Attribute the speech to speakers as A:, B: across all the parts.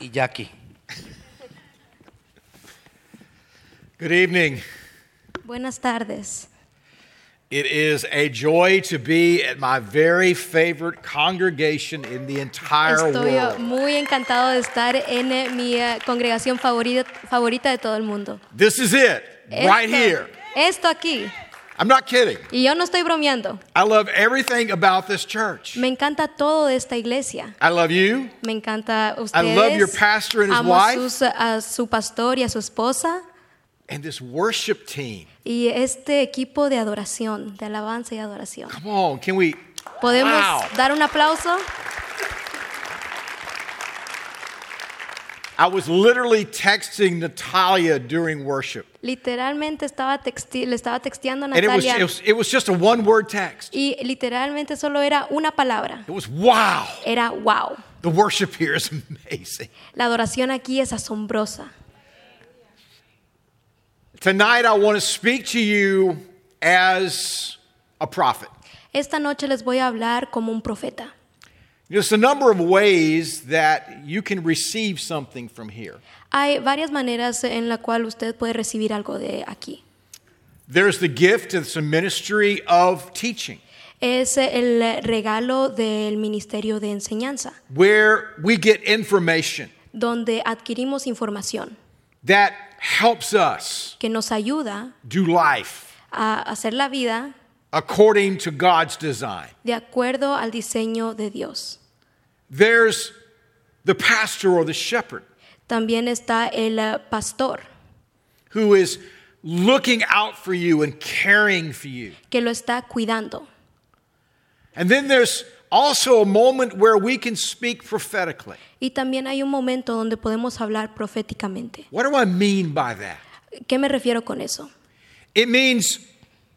A: y Jackie.
B: Good evening.
C: Buenas tardes.
B: It is a joy to be at my very favorite congregation in the entire
C: Estoy eh,
B: world.
C: muy encantado de estar en eh, mi eh, congregación favorita, favorita de todo el mundo.
B: This is it, right
C: Esto-
B: here.
C: Esto aquí.
B: I'm not kidding.
C: Y yo no estoy bromeando.
B: I love everything about this church.
C: Me encanta todo de esta iglesia.
B: I love you.
C: Me encanta ustedes.
B: I love your pastor and his
C: Amo a,
B: wife.
C: sus- a su pastor y a su esposa.
B: And this worship team.
C: Y este equipo de adoración, de alabanza y adoración.
B: Come on, can we?
C: ¿Podemos
B: Wow.
C: dar un aplauso?
B: I was literally texting Natalia during worship.
C: Literalmente estaba texti- le estaba texteando a
B: And it was,
C: Natalia.
B: it was, it was just a one word text.
C: y literalmente solo era una palabra.
B: It was wow.
C: Era wow.
B: The worship here is amazing.
C: La adoración aquí es asombrosa.
B: Tonight, I want to speak to you as a prophet.
C: Esta noche les voy a hablar como un profeta.
B: There's a number of ways that you can receive something from here.
C: Hay varias maneras en la cual usted puede recibir algo de aquí.
B: There's the gift and some ministry of teaching,
C: Es el regalo del Ministerio de Enseñanza,
B: where we get information
C: donde adquirimos información
B: that helps us
C: que nos ayuda
B: do life
C: a hacer la vida
B: according to God's design.
C: de acuerdo al diseño de Dios.
B: There's the pastor or the shepherd
C: También está el eh, pastor,
B: who is looking out for you and caring for you.
C: que lo está cuidando.
B: And then there's also a moment where we can speak prophetically.
C: Y también hay un momento donde podemos hablar proféticamente.
B: What do I mean by that?
C: ¿Qué me refiero con eso?
B: It means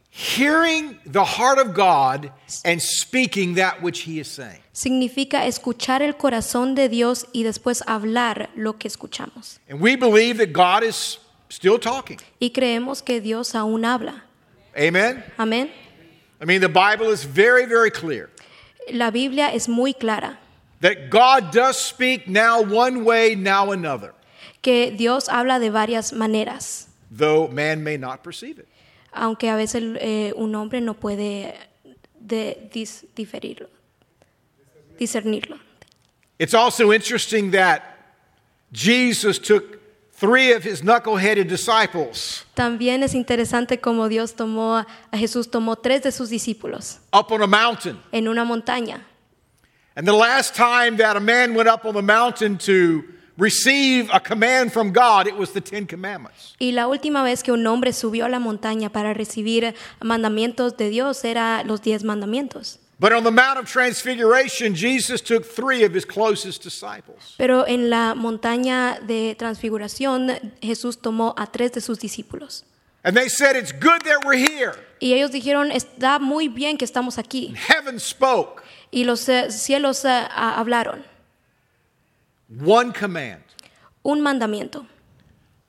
B: hearing the heart of God and speaking that which he is saying.
C: Significa escuchar el corazón de Dios y después hablar lo que escuchamos.
B: And we believe that God is still talking.
C: Y creemos que Dios aún habla.
B: Amen.
C: Amén.
B: I mean, the Bible is very, very clear
C: La Biblia es muy clara
B: that God does speak now one way, now another,
C: que Dios habla de varias maneras,
B: though man may not perceive it.
C: aunque a veces eh, un hombre no puede de- dis- diferirlo, discernirlo.
B: It's also interesting that Jesus took three of his knuckleheaded disciples
C: También es interesante cómo Dios tomó a a Jesús tomó tres de sus discípulos
B: up on a mountain.
C: en una montaña
B: And the last time that a man went up on the mountain to receive a command from God, it was the Ten Commandments.
C: Y la última vez que un hombre subió a la montaña para recibir mandamientos de Dios era los diez mandamientos.
B: But on the Mount of Transfiguration, Jesus took three of his closest disciples.
C: Pero en la montaña de transfiguración Jesús tomó a tres de sus discípulos.
B: And they said, It's good that we're here.
C: Y ellos dijeron, está muy bien que estamos aquí.
B: Heaven spoke
C: Y los eh, cielos eh, a- hablaron.
B: one command
C: Un mandamiento,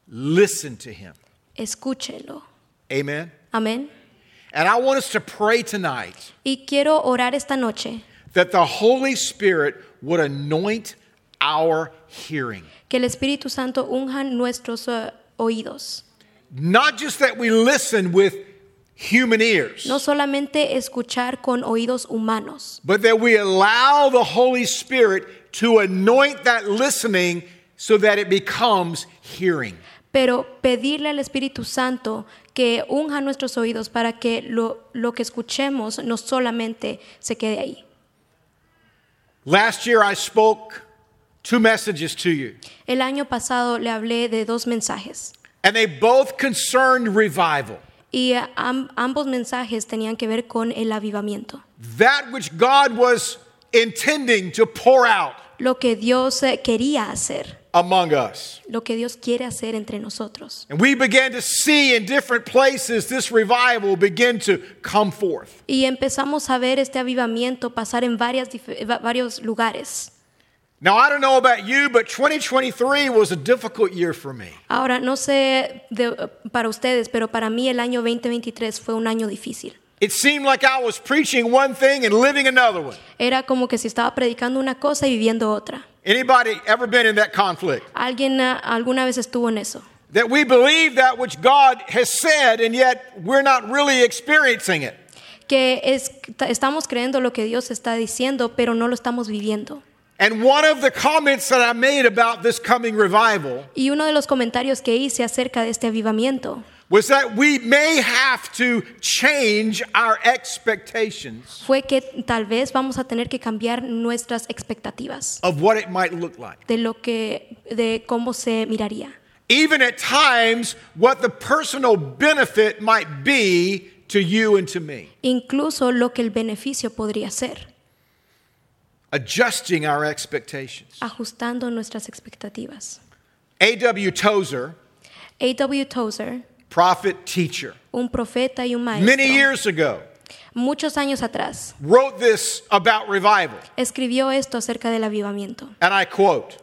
B: listen to him.
C: escúchelo.
B: Amen.
C: Amén.
B: And I want us to pray tonight
C: Y quiero orar esta noche
B: that the Holy Spirit would anoint our hearing.
C: que el Espíritu Santo unja nuestros eh, oídos.
B: Not just that we listen with human ears.
C: No solamente escuchar con oídos humanos,
B: but that we allow the Holy Spirit to anoint that listening so that it becomes hearing.
C: pero pedirle al Espíritu Santo que unja nuestros oídos para que lo, lo que escuchemos no solamente se quede ahí.
B: Last year I spoke two messages to you,
C: El año pasado le hablé de dos mensajes
B: and they both concerned revival.
C: y eh, am- ambos mensajes tenían que ver con el avivamiento,
B: That which God was intending to pour out
C: lo que Dios eh, quería hacer,
B: among us.
C: lo que Dios quiere hacer entre nosotros.
B: And we began to see in different places this revival begin to come forth.
C: Y empezamos a ver este avivamiento pasar en varias dif- va- varios lugares.
B: Now, I don't know about you, but 2023 was a difficult year for me.
C: Ahora, no sé de- para ustedes, pero para mí el año 2023 fue un año difícil.
B: It seemed like I was preaching one thing and living another one.
C: Era como que si estaba predicando una cosa y viviendo otra.
B: Anybody ever been in that conflict?
C: ¿Alguien ah, alguna vez estuvo en eso?
B: That we believe that which God has said, and yet we're not really experiencing it.
C: Que es- estamos creyendo lo que Dios está diciendo, pero no lo estamos viviendo.
B: And one of the comments that I made about this coming revival
C: Y uno de los comentarios que hice acerca de este avivamiento
B: was that we may have to change our expectations
C: fue que tal vez vamos a tener que cambiar nuestras expectativas
B: of what it might look like.
C: de lo que de cómo se miraría.
B: Even at times, what the personal benefit might be to you and to me.
C: Incluso lo que el beneficio podría ser,
B: Adjusting our expectations.
C: ajustando nuestras expectativas.
B: A.W. Tozer,
C: A.W. Tozer,
B: prophet teacher,
C: un profeta y un
B: many
C: maestro,
B: years ago,
C: muchos años atrás,
B: wrote this about revival.
C: escribió esto acerca del avivamiento.
B: And I quote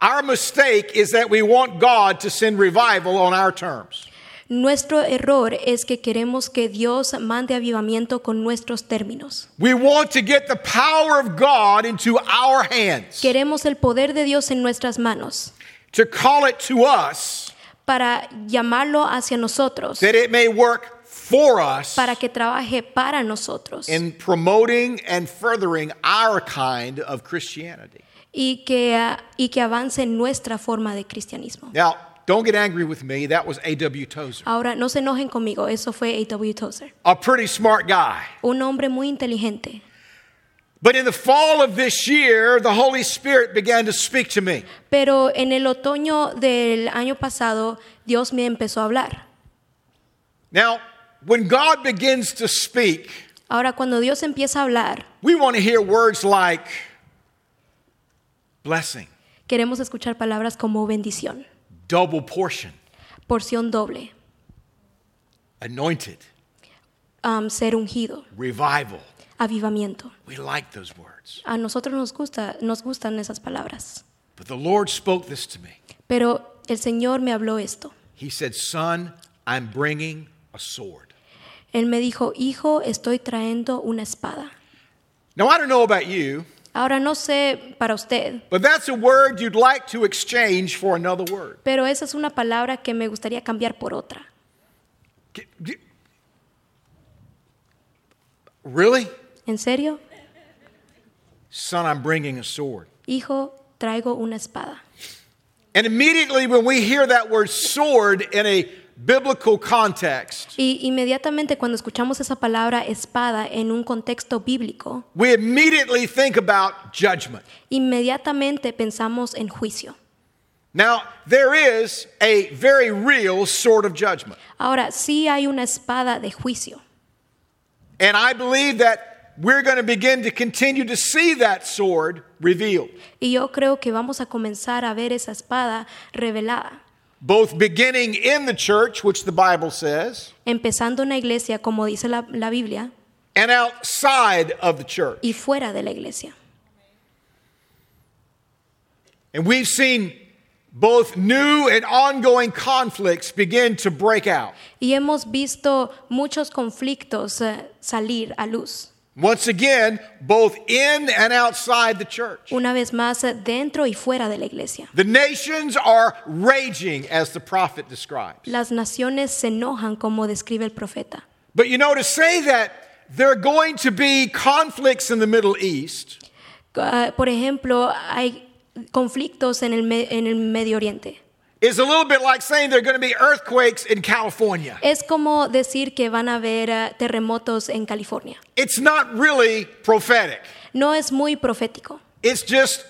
B: Our mistake is that we want God to send revival on our terms.
C: Nuestro error es que queremos que Dios mande avivamiento con nuestros términos.
B: We want to get the power of God into our hands,
C: Queremos el poder de Dios en nuestras manos
B: to call it to us
C: para llamarlo hacia nosotros,
B: that it may work for us
C: para que trabaje para nosotros
B: in promoting and furthering our kind of Christianity.
C: y que, ah, y que avance nuestra forma de cristianismo.
B: Now, don't get angry with me. That was A.W. Tozer,
C: Ahora, no se enojen conmigo, eso fue A.W. Tozer,
B: a pretty smart guy.
C: un hombre muy inteligente.
B: But in the fall of this year, the Holy Spirit began to speak to me.
C: Pero en el otoño del año pasado, Dios me empezó a hablar.
B: Now, when God begins to speak,
C: Ahora, cuando Dios empieza a hablar,
B: we want to hear words like blessing,
C: queremos escuchar palabras como bendición,
B: double portion,
C: porción doble,
B: anointed,
C: am, um, ser ungido,
B: revival.
C: avivamiento.
B: We like those words.
C: A nosotros nos, gusta, nos gustan esas palabras.
B: But the Lord spoke this to me.
C: Pero el Señor me habló esto.
B: He said, Son, I'm bringing a sword.
C: Él me dijo, hijo, estoy trayendo una espada.
B: Now, I don't know about you,
C: Ahora no sé para usted,
B: but that's a word you'd like to exchange for another word.
C: pero esa es una palabra que me gustaría cambiar por otra.
B: G- g- Really?
C: ¿En serio?
B: Son, I'm bringing a sword.
C: Hijo, traigo una espada.
B: And immediately when we hear that word sword in a biblical context,
C: Y inmediatamente cuando escuchamos esa palabra espada en un contexto bíblico,
B: we immediately think about judgment.
C: inmediatamente pensamos en juicio.
B: Now, there is a very real sword of judgment.
C: Ahora, sí hay una espada de juicio.
B: And I believe that we're going to begin to continue to see that sword revealed,
C: Y yo creo que vamos a comenzar a ver esa espada revelada,
B: both beginning in the church, which the Bible says,
C: empezando en la iglesia, como dice la, la Biblia,
B: and outside of the church.
C: y fuera de la iglesia.
B: And we've seen both new and ongoing conflicts begin to break out.
C: Y hemos visto muchos conflictos eh, salir a luz,
B: Once again, both in and outside the church.
C: una vez más eh, dentro y fuera de la iglesia.
B: The nations are raging, as the prophet describes.
C: Las naciones se enojan como describe el profeta.
B: But you know, to say that there are going to be conflicts in the Middle East
C: Ah, por ejemplo, hay conflictos en el, Me- en el Medio Oriente.
B: is a little bit like saying there are going to be earthquakes in California.
C: Es como decir que van a haber ah, terremotos en California.
B: It's not really prophetic,
C: No es muy profético.
B: it's just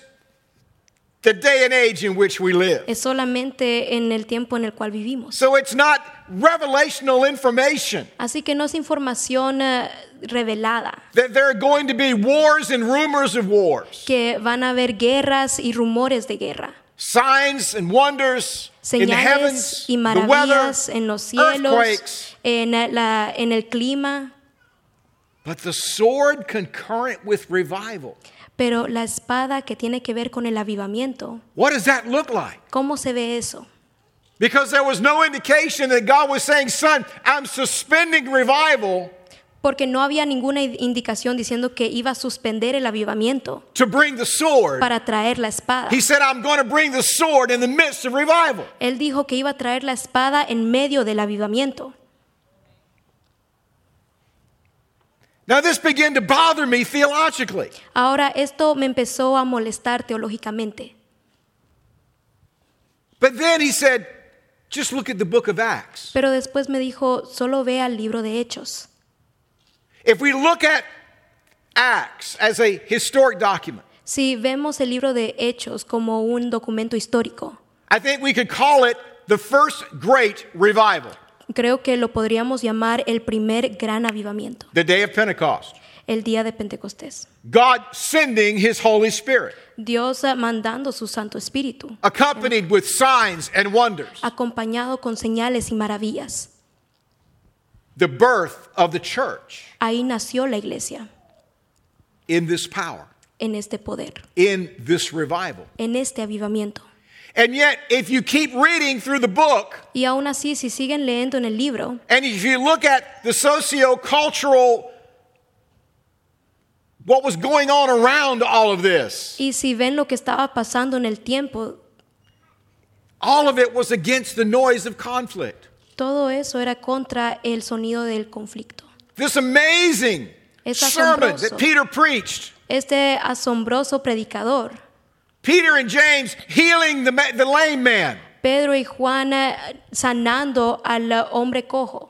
B: the day and age in which we live.
C: es solamente en el tiempo en el cual vivimos.
B: So it's not revelational information.
C: Así que no es información eh, revelada,
B: That there are going to be wars and rumors of wars.
C: que van a haber guerras y rumores de guerra,
B: signs and wonders in the
C: señales
B: heavens,
C: y
B: the weather,
C: maravillas en los
B: earthquakes.
C: cielos, en, eh, la- en el clima,
B: But the sword concurrent with revival.
C: pero la espada que tiene que ver con el avivamiento,
B: What does that look like?
C: ¿cómo se ve eso?
B: Because there was no indication that God was saying, Son, I'm suspending revival
C: porque no había ninguna i- indicación diciendo que iba a suspender el avivamiento
B: to bring the sword.
C: para traer la espada.
B: He said, I'm going to bring the sword in the midst of revival.
C: Él dijo que iba a traer la espada en medio del avivamiento.
B: Now, this began to bother me theologically.
C: Ahora esto me empezó a molestar teológicamente.
B: But then he said, just look at the book of Acts.
C: Pero después me dijo, solo vea el libro de Hechos.
B: If we look at Acts as a historic document,
C: Si vemos el libro de Hechos como un documento histórico,
B: I think we could call it the first great revival,
C: creo que lo podríamos llamar el primer gran avivamiento,
B: the day of Pentecost.
C: el día de Pentecostés.
B: God sending his Holy Spirit,
C: Dios ah, mandando su Santo Espíritu,
B: accompanied with signs and wonders,
C: acompañado con señales y maravillas.
B: the birth of the church
C: Ahí nació la iglesia,
B: in this power,
C: en este poder,
B: in this revival.
C: en este avivamiento.
B: And yet, if you keep reading through the book,
C: Y aún así, si siguen leyendo en el libro,
B: and if you look at the socio-cultural, what was going on around all of this,
C: y si ven lo que estaba pasando en el tiempo,
B: all of it was against the noise of conflict.
C: todo eso era contra el sonido del conflicto.
B: This amazing
C: Es
B: sermon
C: asombroso.
B: that Peter preached,
C: Este asombroso predicador,
B: Peter and James healing the, ma- the lame man,
C: Pedro y Juana sanando al hombre cojo,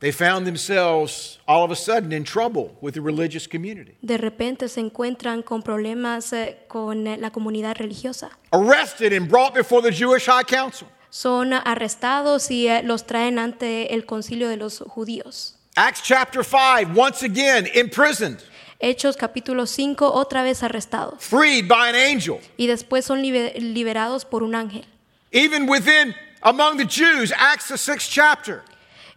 B: they found themselves all of a sudden in trouble with the religious community,
C: de repente se encuentran con problemas eh, con eh, la comunidad religiosa.
B: arrested and brought before the Jewish High Council.
C: Son arrestados y eh, los traen ante el concilio de los judíos.
B: Acts chapter 5, once again imprisoned,
C: Hechos capítulo 5, otra vez arrestados.
B: freed by an angel.
C: Y después son libe- liberados por un ángel.
B: Even within among the Jews, Acts the sixth chapter,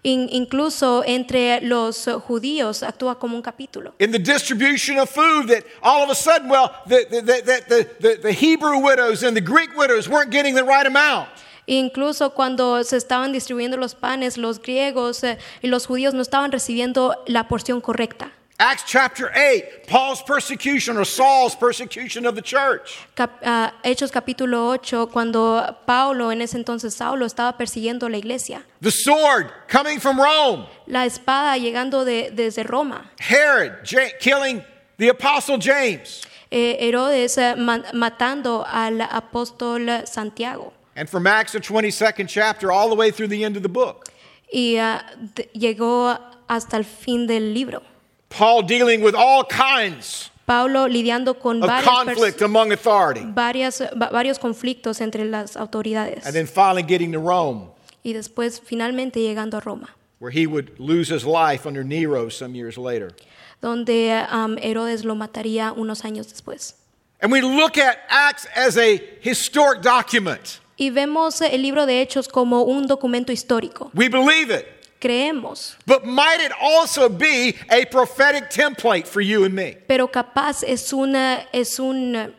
C: In- incluso entre los eh, judíos actúa como un capítulo.
B: in the distribution of food, that all of a sudden, well, the, the, the, the, the, the Hebrew widows and the Greek widows weren't getting the right amount.
C: Incluso cuando se estaban distribuyendo los panes, los griegos eh, y los judíos no estaban recibiendo la porción correcta.
B: Acts chapter 8, Paul's persecution or Saul's persecution of the church.
C: Cap- ah, Hechos capítulo 8, cuando Pablo, en ese entonces Saulo, estaba persiguiendo la iglesia.
B: The sword coming from Rome.
C: La espada llegando de- desde Roma.
B: Herod ja- killing the apostle James.
C: Eh, Herodes eh, ma- matando al apóstol Santiago.
B: And from Acts the 22nd chapter all the way through the end of the book.
C: Y ah, de- llegó hasta el fin del libro.
B: Paul dealing with all kinds
C: Pablo lidiando con
B: of
C: varias pers-
B: conflict among authority.
C: varias- va- varios conflictos entre las autoridades.
B: And then finally getting to Rome,
C: y después finalmente llegando a Roma,
B: where he would lose his life under Nero some years later.
C: donde um, Herodes lo mataría unos años después.
B: And we look at Acts as a historic document.
C: Y vemos el libro de Hechos como un documento histórico.
B: We believe it.
C: Creemos,
B: But might it also be a prophetic template for you and me?
C: pero capaz es una es un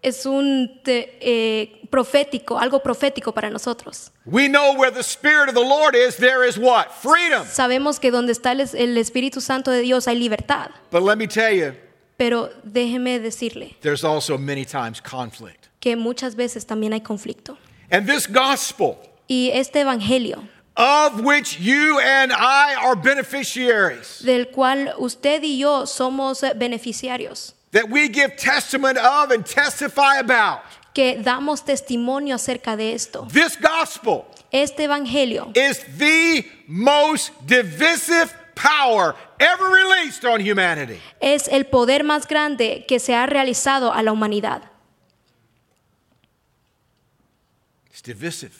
C: es un te- eh, profético, algo profético para nosotros.
B: We know where the Spirit of the Lord is, there is what? Freedom.
C: Sabemos que donde está el es- el Espíritu Santo de Dios hay libertad,
B: But let me tell you,
C: pero déjeme decirle
B: there's also many times conflict.
C: que muchas veces también hay conflicto.
B: And this gospel,
C: Y este evangelio
B: of which you and I are beneficiaries,
C: del cual usted y yo somos eh, beneficiarios,
B: that we give testament of and testify about,
C: que damos testimonio acerca de esto.
B: this gospel
C: Este evangelio
B: is the most divisive power ever released on humanity.
C: es el poder más grande que se ha realizado a la humanidad.
B: It's divisive.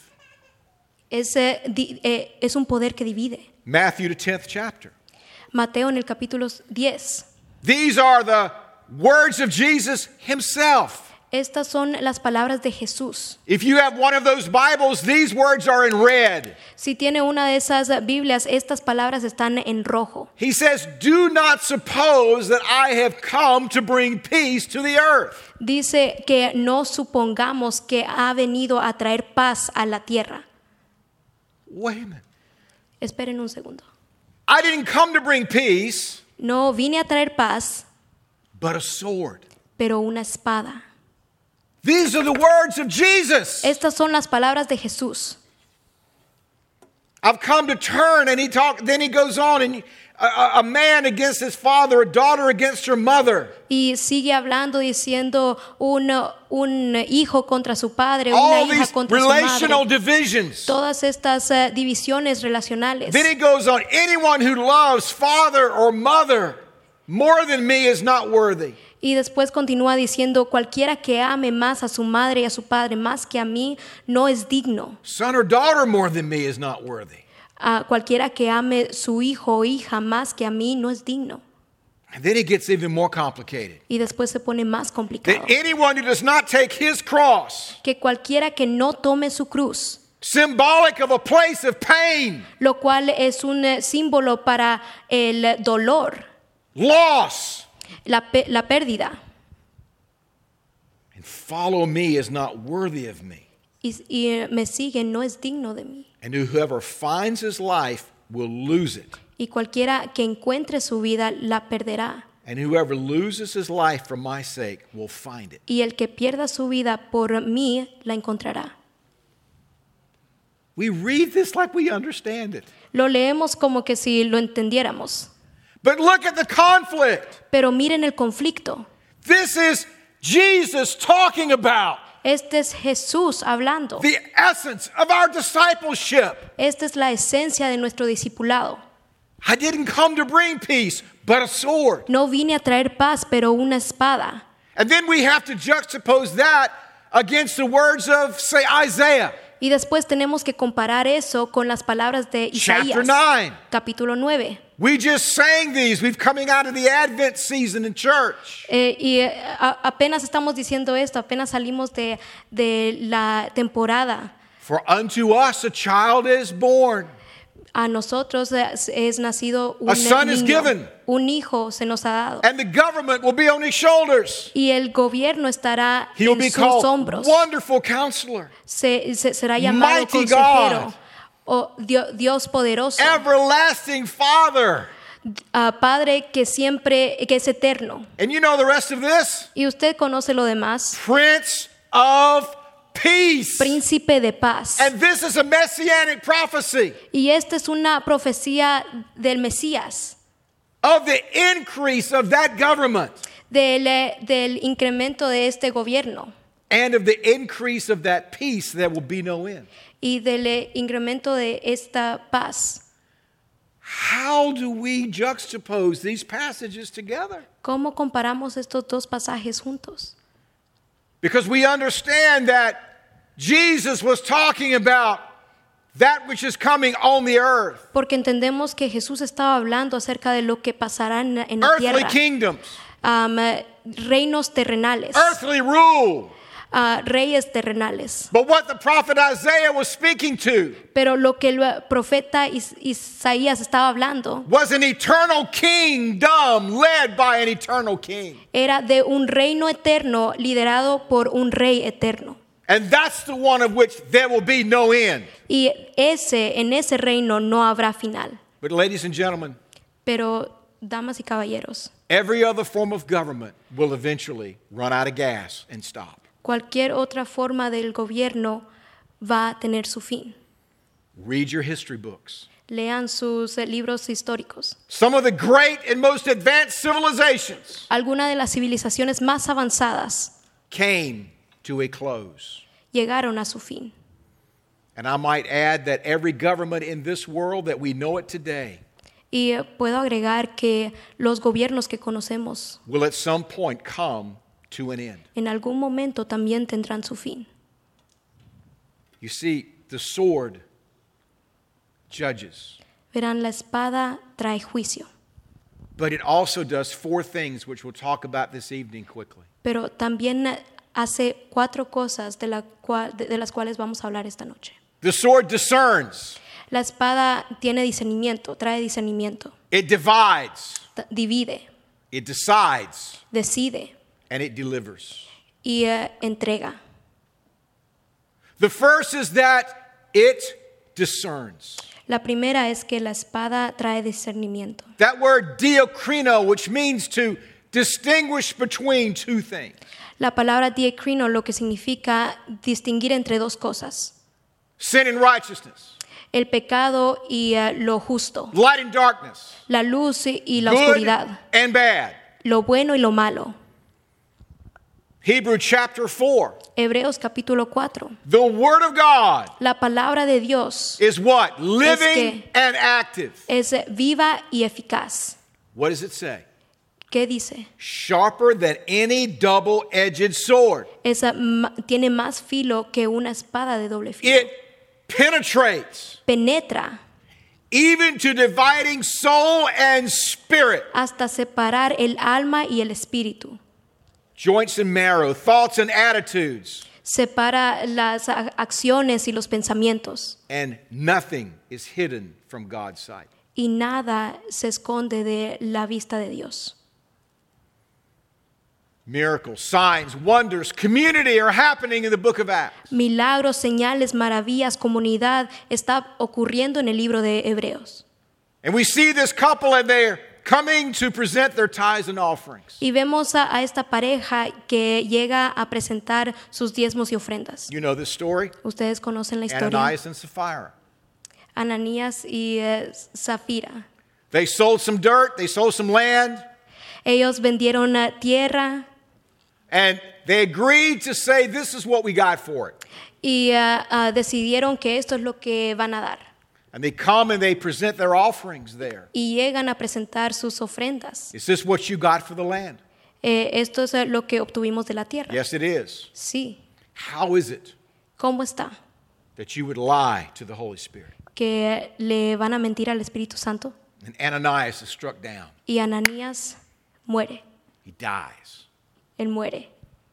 C: Es, eh, di- eh, es un poder que divide.
B: Matthew, the 10th chapter.
C: Mateo en el capítulo 10.
B: These are the words of Jesus himself.
C: Estas son las palabras de Jesús.
B: If you have one of those Bibles, these words are in red.
C: Si tiene una de esas Biblias, estas palabras están en rojo.
B: He says, Do not suppose that I have come to bring peace to the earth.
C: Dice que no supongamos que ha venido a traer paz a la tierra.
B: Wait a minute.
C: Esperen un segundo.
B: I didn't come to bring peace,
C: No vine a traer paz,
B: but a sword.
C: pero una espada.
B: These are the words of Jesus.
C: Estas son las palabras de Jesús.
B: I've come to turn, and he talk. Then he goes on, and a- a, a man against his father, a daughter against her mother.
C: Y sigue hablando diciendo un, un hijo contra su padre, una
B: All
C: hija
B: these
C: contra su
B: relational
C: madre.
B: divisions.
C: Todas estas eh, divisiones relacionales.
B: Then he goes on. Anyone who loves father or mother more than me is not worthy.
C: Y después continúa diciendo, cualquiera que ame más a su madre y a su padre más que a mí, no es digno.
B: Son or daughter more than me is not worthy.
C: A cualquiera que ame su hijo o hija más que a mí, no es digno.
B: And then it gets even more complicated.
C: Y después se pone más complicado.
B: That anyone who does not take his cross,
C: Que cualquiera que no tome su cruz,
B: symbolic of a place of pain,
C: lo cual es un eh, símbolo para el dolor,
B: loss,
C: la, pe- la pérdida,
B: and follow me is not worthy of me.
C: y, y, eh, me sigue, no es digno de mí.
B: And whoever finds his life will lose it.
C: Y cualquiera que encuentre su vida, la perderá.
B: And whoever loses his life for my sake will find it.
C: Y el que pierda su vida por mí, la encontrará.
B: We read this like we understand it.
C: Lo leemos como que si lo entendiéramos.
B: But look at the conflict.
C: Pero miren el conflicto.
B: This is Jesus talking about
C: Este es Jesús hablando.
B: the essence of our discipleship.
C: Esta es la esencia de nuestro discipulado.
B: I didn't come to bring peace, but a sword.
C: No vine a traer paz, pero una espada.
B: And then we have to juxtapose that against the words of, say, Isaiah.
C: Y después tenemos que comparar eso con las palabras de Isaías,
B: Chapter nine.
C: capítulo 9.
B: We just sang these. We've coming out of the Advent season in church.
C: Eh, y eh, a- apenas estamos diciendo esto, apenas salimos de, de la temporada.
B: For unto us a child is born.
C: A nosotros es, es nacido un,
B: A son is
C: niño.
B: given.
C: un hijo, se nos ha dado.
B: and the government will be on his shoulders.
C: y el gobierno estará
B: He will
C: en
B: be
C: sus
B: called
C: hombros.
B: Wonderful Counselor,
C: Se, se- será llamado
B: Mighty God.
C: consejero o Dio- Dios poderoso,
B: Everlasting Father.
C: ah, Padre que siempre que es eterno.
B: And you know the rest of this?
C: Y usted conoce lo demás,
B: Prince of Peace.
C: príncipe de paz.
B: And this is a messianic prophecy
C: Y esta es una profecía del Mesías,
B: of the increase of that government
C: del, eh, del incremento de este gobierno
B: and of the increase of that peace that will be no end.
C: y del eh, incremento de esta paz.
B: How do we juxtapose these passages together?
C: ¿Cómo comparamos estos dos pasajes juntos?
B: Because we understand that Jesus was talking about that which is coming on the earth,
C: Porque entendemos que Jesús estaba hablando acerca de lo que pasará en, en la
B: earthly
C: tierra.
B: kingdoms,
C: Am, eh, reinos terrenales,
B: earthly rule.
C: ah, reyes terrenales.
B: But what the prophet Isaiah was speaking to
C: Pero lo que el profeta Is- Isaías estaba hablando
B: was an eternal kingdom led by an eternal king.
C: era de un reino eterno liderado por un rey eterno.
B: And that's the one of which there will be no end.
C: Y ese, en ese reino no habrá final.
B: But, ladies and gentlemen,
C: Pero, damas y caballeros,
B: every other form of government will eventually run out of gas and stop.
C: cualquier otra forma del gobierno va a tener su fin.
B: Read your history books.
C: Lean sus eh, libros históricos.
B: Some of the great and most advanced civilizations
C: Algunas de las civilizaciones más avanzadas
B: came to a close.
C: llegaron a su fin.
B: And I might add that every government in this world that we know it today
C: Y eh, puedo agregar que los gobiernos que conocemos
B: will at some point come to an end.
C: en algún momento también tendrán su fin.
B: You see, the sword judges,
C: Verán, la espada trae juicio,
B: but it also does four things which we'll talk about this evening quickly.
C: pero también eh, hace cuatro cosas de, la cua- de- de las cuales vamos a hablar esta noche.
B: The sword discerns,
C: La espada tiene discernimiento, trae discernimiento,
B: it divides,
C: t- divide,
B: it decides,
C: decide
B: and it delivers.
C: y eh, entrega.
B: The first is that it discerns.
C: La primera es que la espada trae discernimiento.
B: That word diacrino, which means to distinguish between two things.
C: La palabra diacrino lo que significa distinguir entre dos cosas,
B: Sin and righteousness,
C: el pecado y eh, lo justo,
B: light and darkness,
C: la luz y- y la
B: good
C: oscuridad,
B: and bad.
C: lo bueno y lo malo.
B: Hebrew chapter 4.
C: Hebreos capítulo 4.
B: The Word of God
C: La palabra de Dios
B: is what? Living
C: que-
B: and active.
C: es viva y eficaz.
B: What does it say?
C: ¿Qué dice?
B: Sharper than any double edged sword.
C: Es, eh, ma- tiene más filo que una espada de doble filo.
B: It penetrates
C: Penetra
B: even to dividing soul and spirit,
C: hasta separar el alma y el espíritu.
B: joints and marrow, thoughts and attitudes,
C: Separa las a- acciones y los pensamientos.
B: and nothing is hidden from God's sight.
C: Y nada se esconde de la vista de Dios.
B: Miracles, signs, wonders, community are happening in the book of Acts.
C: Milagros, señales, maravillas, comunidad está ocurriendo en el libro de Hebreos.
B: And we see this couple and they're coming to present their tithes and offerings.
C: Y vemos a, a esta pareja que llega a presentar sus diezmos y ofrendas.
B: You know this story?
C: Ustedes conocen la historia.
B: Ananias and Sapphira.
C: Ananías y eh, Zafira.
B: They sold some dirt, they sold some land,
C: Ellos vendieron eh, tierra
B: and they agreed to say, This is what we got for it.
C: y eh, ah, decidieron que esto es lo que van a dar.
B: And they come and they present their offerings there.
C: Y llegan a presentar sus ofrendas.
B: Is this what you got for the land?
C: Eh, esto es eh, lo que obtuvimos de la tierra.
B: Yes, it is.
C: Sí.
B: How is it
C: ¿Cómo está?
B: that you would lie to the Holy Spirit?
C: ¿Que le van a mentir al Espíritu Santo?
B: And Ananias is struck down,
C: Y Ananías muere.
B: he dies.
C: Él muere.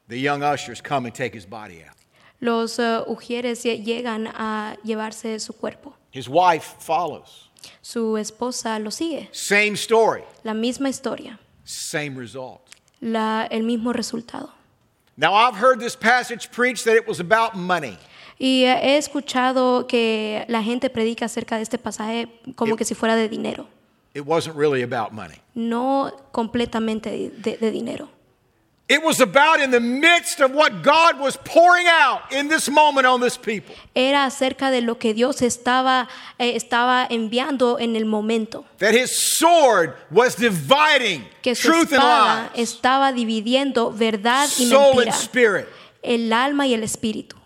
B: The young ushers come and take his body out.
C: Los eh, ujieres lle- llegan a llevarse su cuerpo.
B: His wife follows.
C: Su esposa lo sigue.
B: Same story,
C: La misma historia,
B: same result.
C: la- el mismo resultado.
B: Now, I've heard this passage preached that it was about money.
C: Y eh, he escuchado que la gente predica acerca de este pasaje como
B: It-
C: que si fuera de dinero.
B: It wasn't really about money.
C: No completamente de, de- de dinero.
B: It was about in the midst of what God was pouring out in this moment on this people.
C: Era acerca de lo que Dios estaba, eh, estaba enviando en el momento.
B: That his sword was dividing
C: Que su
B: truth and
C: espada
B: lies,
C: estaba dividiendo verdad y
B: soul and
C: mentira.
B: spirit.
C: El alma y el espíritu.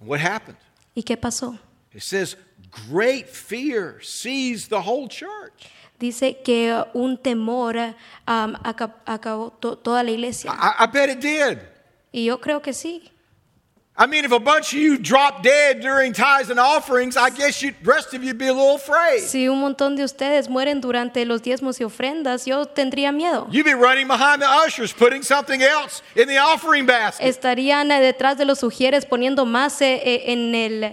B: And what happened?
C: ¿Y qué pasó?
B: It says, great fear seized the whole church.
C: Dice que un temor um, aca- acabó to- toda la iglesia.
B: I, I bet it did.
C: Y yo creo que sí.
B: I mean, if a bunch of you dropped dead during tithes and offerings, I guess you rest of you'd be a little afraid.
C: Si un montón de ustedes mueren durante los diezmos y ofrendas, yo tendría miedo.
B: You'd be running behind the ushers, putting something else in the offering basket.
C: Estarían eh, detrás de los sugieres poniendo más eh, eh, en el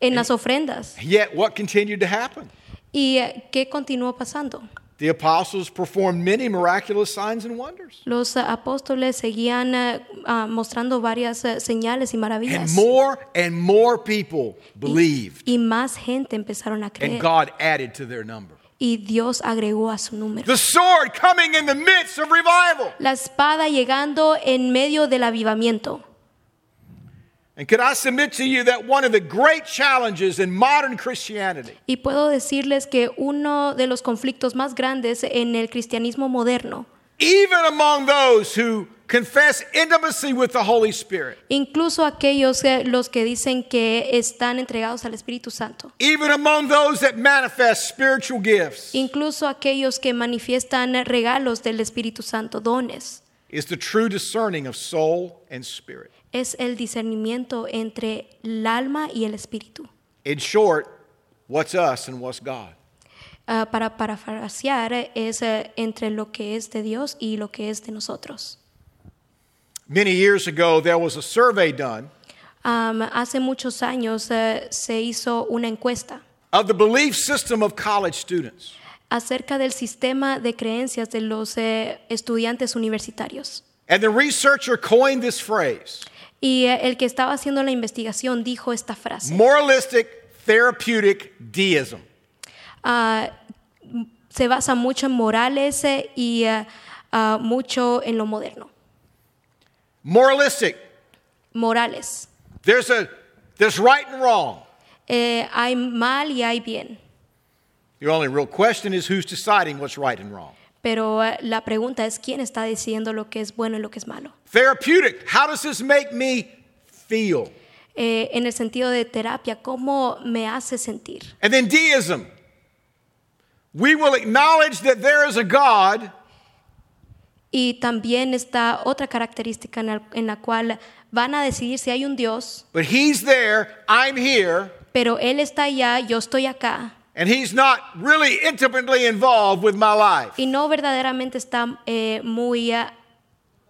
C: en
B: Eh.
C: las ofrendas.
B: Yet, what continued to happen?
C: ¿Y eh, qué continuó pasando?
B: The apostles performed many miraculous signs and wonders.
C: Los eh, apóstoles seguían eh, ah, mostrando varias eh, señales y
B: And
C: maravillas.
B: more and more people believed,
C: Y más gente empezaron a
B: and
C: creer.
B: God added to their number.
C: Y Dios agregó a su número.
B: The sword coming in the midst of revival.
C: La espada llegando en medio del avivamiento.
B: And could I submit to you that one of the great challenges in modern Christianity
C: Y puedo decirles que uno de los conflictos más grandes en el cristianismo moderno,
B: even among those who confess intimacy with the Holy Spirit,
C: incluso aquellos eh, los que dicen que están entregados al Espíritu Santo,
B: even among those that manifest spiritual gifts,
C: incluso aquellos que manifiestan eh, regalos del Espíritu Santo, dones,
B: is the true discerning of soul and spirit.
C: es el discernimiento entre el alma y el espíritu.
B: In short, what's us and what's God?
C: Ah, para parafrasear, eh, es eh, entre lo que es de Dios y lo que es de nosotros.
B: Many years ago, there was a survey done
C: Am, hace muchos años eh, se hizo una encuesta
B: of the belief system of college students.
C: acerca del sistema de creencias de los eh, estudiantes universitarios.
B: And the researcher coined this phrase
C: Y eh, el que estaba haciendo la investigación dijo esta frase.
B: Moralistic therapeutic deism.
C: Ah, m- se basa mucho en morales eh, y eh, ah, mucho en lo moderno.
B: Moralistic.
C: Morales.
B: There's a there's right and wrong.
C: Eh, hay mal y hay bien.
B: The only real question is who's deciding what's right and wrong.
C: Pero eh, la pregunta es quién está decidiendo lo que es bueno y lo que es malo.
B: Therapeutic. How does this make me feel?
C: Eh, en el sentido de terapia, ¿cómo me hace sentir?
B: And then deism. We will acknowledge that there is a God,
C: Y también está otra característica en la, en la cual van a decidir si hay un Dios,
B: but He's there, I'm here,
C: pero Él está allá, yo estoy acá,
B: and He's not really intimately involved with my life.
C: y no verdaderamente está eh, muy ah,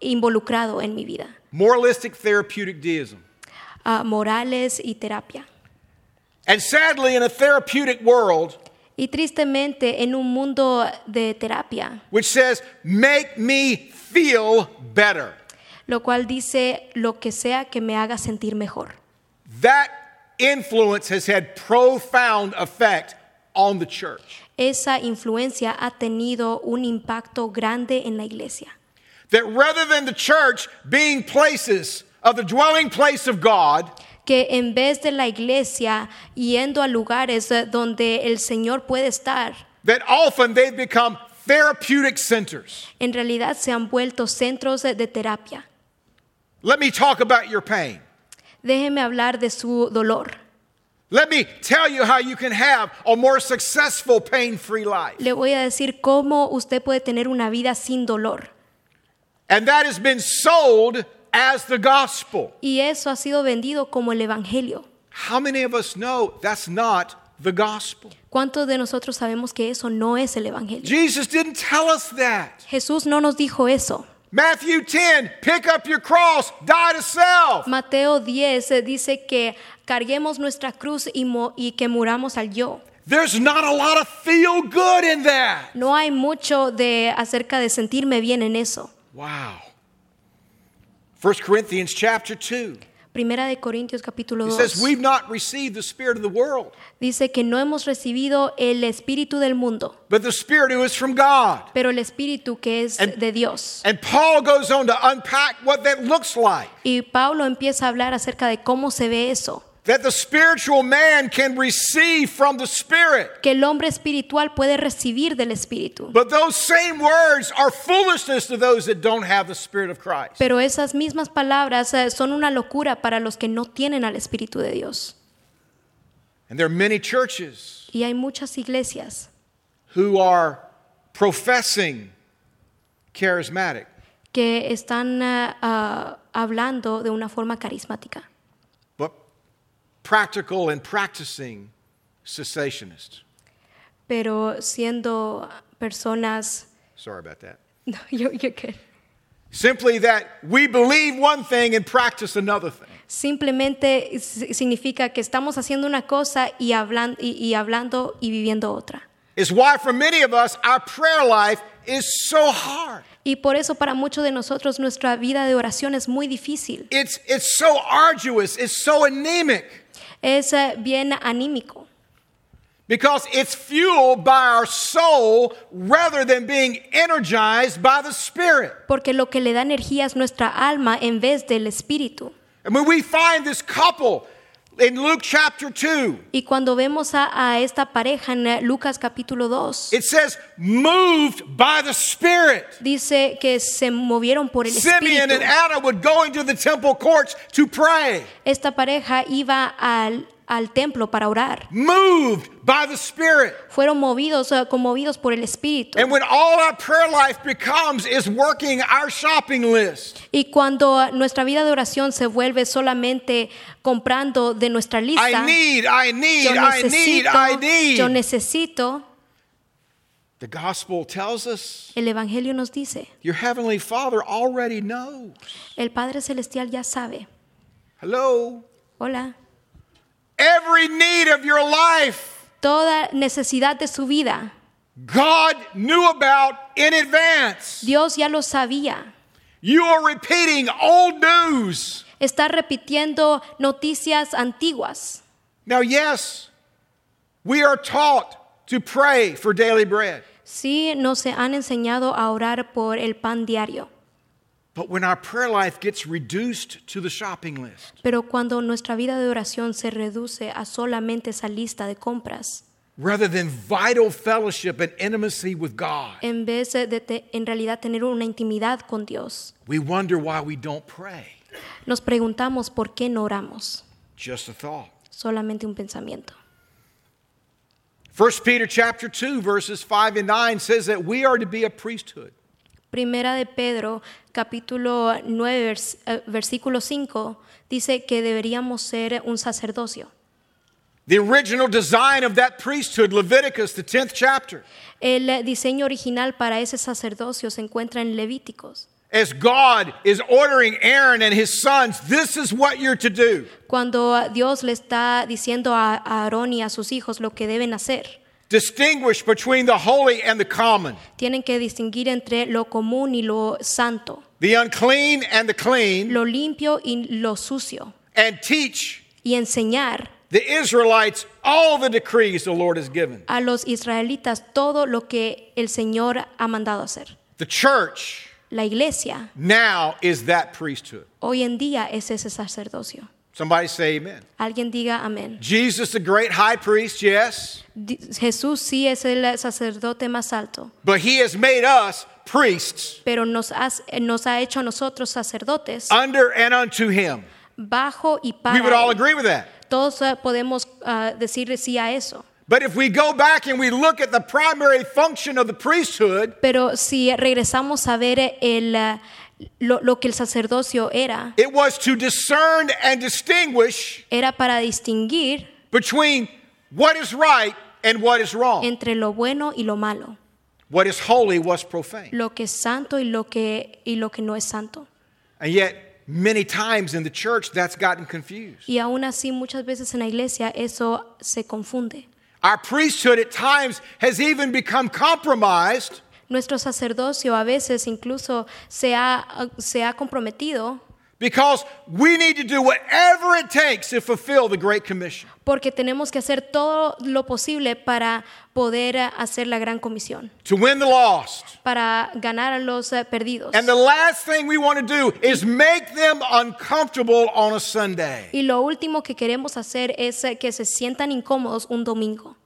C: involucrado en mi vida.
B: Moralistic therapeutic deism.
C: Ah, morales y terapia.
B: And sadly, in a therapeutic world,
C: Y tristemente, en un mundo de terapia,
B: which says, make me feel better,
C: lo cual dice lo que sea que me haga sentir mejor.
B: that influence has had profound effect on the church.
C: Esa influencia ha tenido un impacto grande en la iglesia.
B: That rather than the church being places of the dwelling place of God,
C: que en vez de la iglesia yendo a lugares eh, donde el Señor puede estar,
B: that often they've become therapeutic centers.
C: en realidad se han vuelto centros de, de terapia.
B: Let me talk about your pain.
C: Déjeme hablar de su dolor.
B: Let me tell you how you can have a more successful pain free life.
C: Le voy a decir cómo usted puede tener una vida sin dolor.
B: And that has been sold as the gospel.
C: Y eso ha sido vendido como el Evangelio.
B: How many of us know that's not the gospel?
C: ¿Cuántos de nosotros sabemos que eso no es el Evangelio?
B: Jesus didn't tell us that.
C: Jesús no nos dijo eso.
B: Matthew 10, pick up your cross, die to self.
C: Mateo 10 eh, dice que carguemos nuestra cruz y, mo- y que muramos al yo.
B: There's not a lot of feel good in that.
C: No hay mucho de acerca de sentirme bien en eso.
B: Wow. 1 Corinthians chapter 2.
C: Primera de Corintios capítulo
B: It
C: 2
B: says, We've not received the spirit of the world,
C: dice que no hemos recibido el espíritu del mundo,
B: but the spirit who is from God.
C: pero el espíritu que es
B: And-
C: de Dios.
B: And Paul goes on to unpack what that looks like.
C: Y Pablo empieza a hablar acerca de cómo se ve eso,
B: That the spiritual man can receive from the spirit.
C: que el hombre espiritual puede recibir del espíritu.
B: But those same words are foolishness to those that don't have the spirit of Christ.
C: Pero esas mismas palabras eh, son una locura para los que no tienen al espíritu de Dios.
B: And there are many churches
C: Y hay muchas iglesias
B: who are professing charismatic,
C: que están ah, ah, hablando de una forma carismática,
B: but practical and practicing cessationists.
C: pero siendo personas...
B: Sorry about that.
C: No, you're- you're good.
B: Simply that we believe one thing and practice another thing.
C: Simplemente s- significa que estamos haciendo una cosa y, hablan- y- y hablando y viviendo otra.
B: It's why, for many of us, our prayer life is so hard.
C: Y por eso para muchos de nosotros nuestra vida de oración es muy difícil.
B: It's, it's so arduous, it's so anemic,
C: Es eh, bien anímico,
B: because it's fueled by our soul rather than being energized by the Spirit.
C: porque lo que le da energía es nuestra alma en vez del espíritu.
B: And when we find this couple in Luke chapter 2,
C: Y cuando vemos a, a esta pareja en eh, Lucas capítulo 2,
B: it says, moved by the Spirit.
C: dice que se movieron por el
B: Simeon and
C: espíritu.
B: Anna would go into the temple courts to pray,
C: Esta pareja iba al, al templo para orar.
B: moved by the Spirit.
C: Fueron movidos, eh, conmovidos por el espíritu.
B: And when all our prayer life becomes is working our shopping list,
C: Y cuando eh, nuestra vida de oración se vuelve solamente comprando de nuestra lista,
B: I need, I need,
C: yo
B: I need,
C: necesito,
B: I need.
C: yo necesito,
B: the gospel tells us
C: el Evangelio nos dice,
B: your heavenly Father already knows.
C: el Padre Celestial ya sabe,
B: Hello?
C: hola,
B: Every need of your life,
C: toda necesidad de su vida,
B: God knew about in advance.
C: Dios ya lo sabía.
B: You are repeating old news
C: Está repitiendo noticias antiguas.
B: Now, yes, we are taught to pray for daily bread,
C: Sí, nos han enseñado a orar por el pan diario,
B: but when our prayer life gets reduced to the shopping list,
C: pero cuando nuestra vida de oración se reduce a solamente esa lista de compras,
B: rather than vital fellowship and intimacy with God,
C: en vez de te- en realidad tener una intimidad con Dios,
B: we wonder why we don't pray.
C: nos preguntamos por qué no oramos.
B: Just a thought.
C: Solamente un pensamiento.
B: 1 Peter chapter 2 verses 5 and 9 says that we are to be a priesthood.
C: Primera de Pedro, capítulo 9, vers- eh, versículo 5, dice que deberíamos ser un sacerdocio.
B: The original design of that priesthood, Leviticus, the 10th chapter,
C: El eh, diseño original para ese sacerdocio se encuentra en Levíticos.
B: as God is ordering Aaron and his sons, this is what you're to do.
C: Cuando ah, Dios le está diciendo a a Aarón y a sus hijos lo que deben hacer,
B: Distinguish between the holy and the common,
C: tienen que distinguir entre lo común y lo santo,
B: the unclean and the clean,
C: lo limpio y lo sucio,
B: and teach
C: y enseñar
B: the Israelites all the decrees the Lord has given.
C: a los israelitas todo lo que el Señor ha mandado hacer.
B: The church
C: La iglesia
B: now is that priesthood.
C: hoy en día es ese sacerdocio.
B: Somebody say amen.
C: Alguien diga amén.
B: Jesus, the great high priest, yes,
C: Di- Jesús sí es el sacerdote más alto,
B: but he has made us priests
C: pero nos, has- nos ha hecho a nosotros sacerdotes
B: under and unto him.
C: bajo y
B: We
C: para.
B: would all
C: él.
B: agree with that.
C: Todos eh, podemos ah, decir sí a eso.
B: But if we go back and we look at the primary function of the priesthood,
C: Pero si regresamos a ver el, ah, lo, lo que el sacerdocio era,
B: it was to discern and distinguish
C: era para distinguir
B: between what is right and what is wrong,
C: entre lo bueno y lo malo,
B: what is holy, what's profane.
C: lo que es santo y lo que, y lo que no es santo.
B: And yet, many times in the church, that's gotten confused.
C: Y aún así muchas veces en la iglesia eso se confunde.
B: Our priesthood at times has even become compromised
C: Nuestro sacerdocio a veces incluso se ha, se ha comprometido
B: because we need to do whatever it takes to fulfill the Great Commission.
C: porque tenemos que hacer todo lo posible para poder eh, hacer la gran comisión,
B: to win the lost.
C: para ganar a los eh, perdidos.
B: And the last thing we want to do is make them uncomfortable on a Sunday.
C: Y lo último que queremos hacer es eh, que se sientan incómodos un domingo.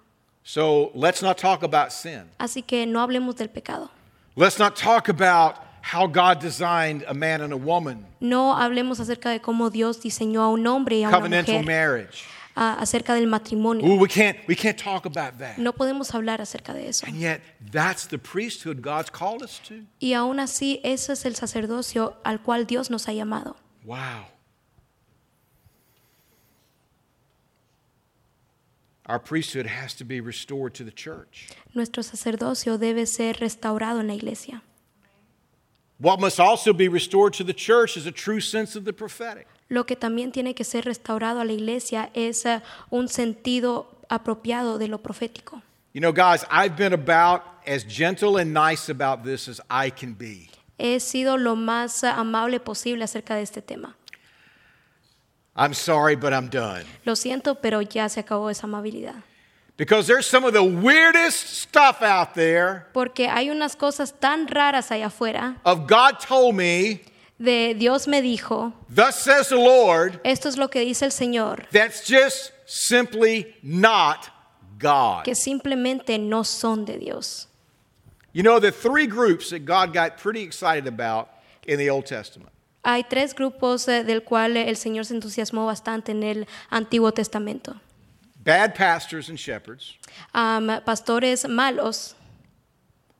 B: So let's not talk about sin.
C: Así que no hablemos del pecado.
B: Let's not talk about how God designed a man and a woman,
C: No hablemos acerca de cómo Dios diseñó a un hombre y a una
B: covenantal
C: mujer,
B: marriage.
C: a- acerca del matrimonio.
B: Ooh, we can't we can't talk about that.
C: No podemos hablar acerca de eso.
B: And yet that's the priesthood God's called us to.
C: Y aún así, ese es el sacerdocio al cual Dios nos ha llamado.
B: Wow. Our priesthood has to be restored to the church.
C: Nuestro sacerdocio debe ser restaurado en la iglesia.
B: What must also be restored to the church is a true sense of the prophetic.
C: Lo que también tiene que ser restaurado a la iglesia es eh, un sentido apropiado de lo profético.
B: You know, guys, I've been about as gentle and nice about this as I can be.
C: He sido lo más eh, amable posible acerca de este tema.
B: I'm sorry, but I'm done.
C: Lo siento, pero ya se acabó esa amabilidad.
B: Because there's some of the weirdest stuff out there
C: Porque hay unas cosas tan raras allá afuera
B: of God told me,
C: de Dios me dijo,
B: thus says the Lord,
C: esto es lo que dice el Señor,
B: that's just simply not God.
C: que simplemente no son de Dios.
B: You know, the three groups that God got pretty excited about in the Old Testament
C: Hay tres grupos eh, del cual eh, el Señor se entusiasmó bastante en el Antiguo Testamento.
B: bad pastors and shepherds,
C: Am, pastores malos,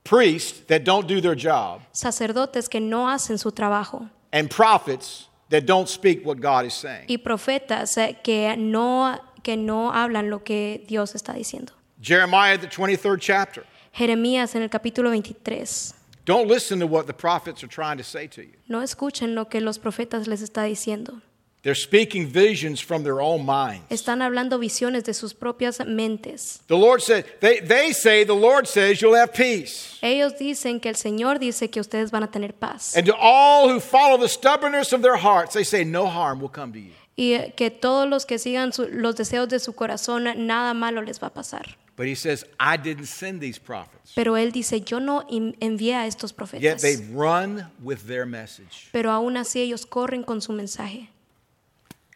B: priests that don't do their job,
C: sacerdotes que no hacen su trabajo
B: and prophets that don't speak what God is saying.
C: y profetas eh, que no, que no hablan lo que Dios está diciendo.
B: Jeremiah, the 23rd chapter.
C: Jeremías en el capítulo 23.
B: Don't listen to what the prophets are trying to say to you.
C: No escuchen lo que los profetas les está diciendo.
B: They're speaking visions from their own mind.
C: Están hablando visiones de sus propias mentes.
B: The Lord said, they, they say, the Lord says, you'll have peace.
C: Ellos dicen que el Señor dice que ustedes van a tener paz
B: And to all who follow the stubbornness of their hearts, they say, no harm will come to you.
C: y eh, que todos los que sigan su- los deseos de su corazón nada malo les va a pasar.
B: But he says, I didn't send these prophets.
C: Pero él dice, yo no en- envié a estos
B: Yet
C: profetas.
B: they run with their message.
C: Pero aún así ellos corren con su mensaje.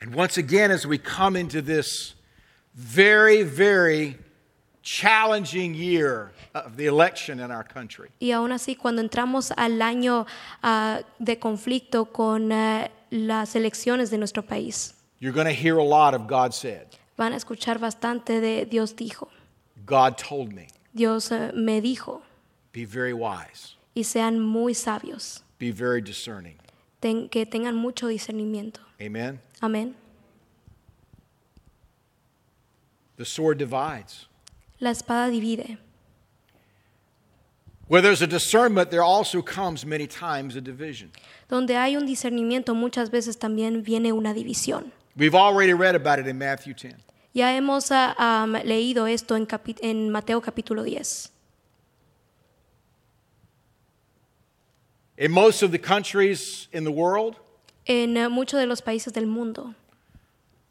B: And once again, as we come into this very, very challenging year of the election in our country,
C: Y aún así, cuando entramos al año ah, de conflicto con ah, las elecciones de nuestro país,
B: you're going to hear a lot of God said,
C: van a escuchar bastante de Dios dijo,
B: God told me,
C: Dios eh, me dijo,
B: be very wise,
C: y sean muy sabios,
B: be very discerning.
C: ten- que tengan mucho discernimiento.
B: Amen?
C: Amén.
B: The sword divides.
C: La espada divide.
B: Where there's a discernment, there also comes many times a division.
C: Donde hay un discernimiento, muchas veces también viene una división.
B: We've already read about it in Matthew 10.
C: Ya hemos ah, am, leído esto en, capi- en Mateo capítulo 10.
B: In most of the countries in the world,
C: En eh, muchos de los países del mundo,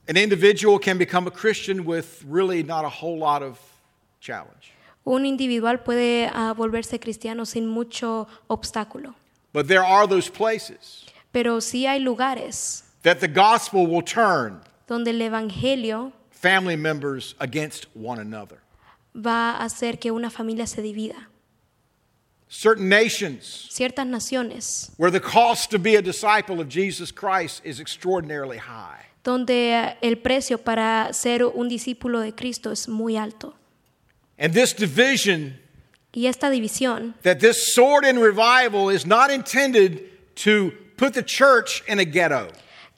B: an individual can become a Christian with really not a whole lot of challenge.
C: un individual puede ah, volverse cristiano sin mucho obstáculo.
B: But there are those places
C: Pero sí hay lugares
B: that the gospel will turn
C: donde el Evangelio
B: family members against one another.
C: va a hacer que una familia se divida.
B: Certain nations
C: Ciertas naciones
B: where the cost to be a disciple of Jesus Christ is extraordinarily high.
C: donde eh, el precio para ser un discípulo de Cristo es muy alto.
B: And this division,
C: Y esta división,
B: that this sword in revival is not intended to put the church in a ghetto.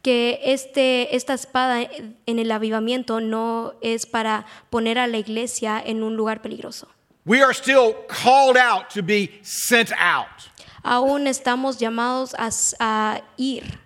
C: que este, esta espada en el avivamiento no es para poner a la iglesia en un lugar peligroso.
B: We are still called out to be sent out.
C: Aún estamos llamados a, s- a ir,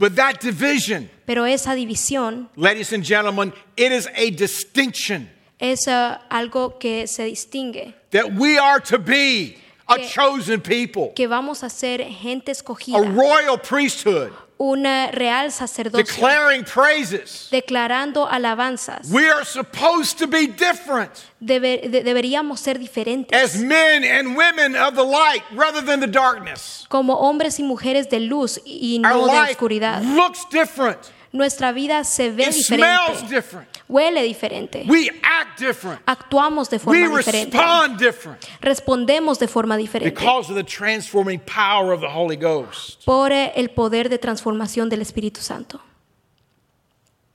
B: But that division,
C: pero esa división
B: ladies and gentlemen, it is a distinction
C: es eh, algo que se distingue,
B: that we are to be a
C: Que-
B: chosen people,
C: que vamos a ser gente
B: a
C: escogida,
B: royal priesthood,
C: un eh, real sacerdocio,
B: declaring praises.
C: declarando alabanzas.
B: We are supposed to be different
C: Debe- de- deberíamos ser diferentes.
B: as men and women of the light rather than the darkness.
C: como hombres y mujeres de luz y
B: Our
C: no de
B: life
C: oscuridad.
B: looks different.
C: Nuestra vida se ve
B: It smells
C: diferente,
B: different.
C: huele diferente,
B: We act different.
C: actuamos de
B: We
C: forma diferente,
B: respond different
C: respondemos de forma diferente
B: because of the transforming power of the Holy Ghost.
C: por eh, el poder de transformación del Espíritu Santo.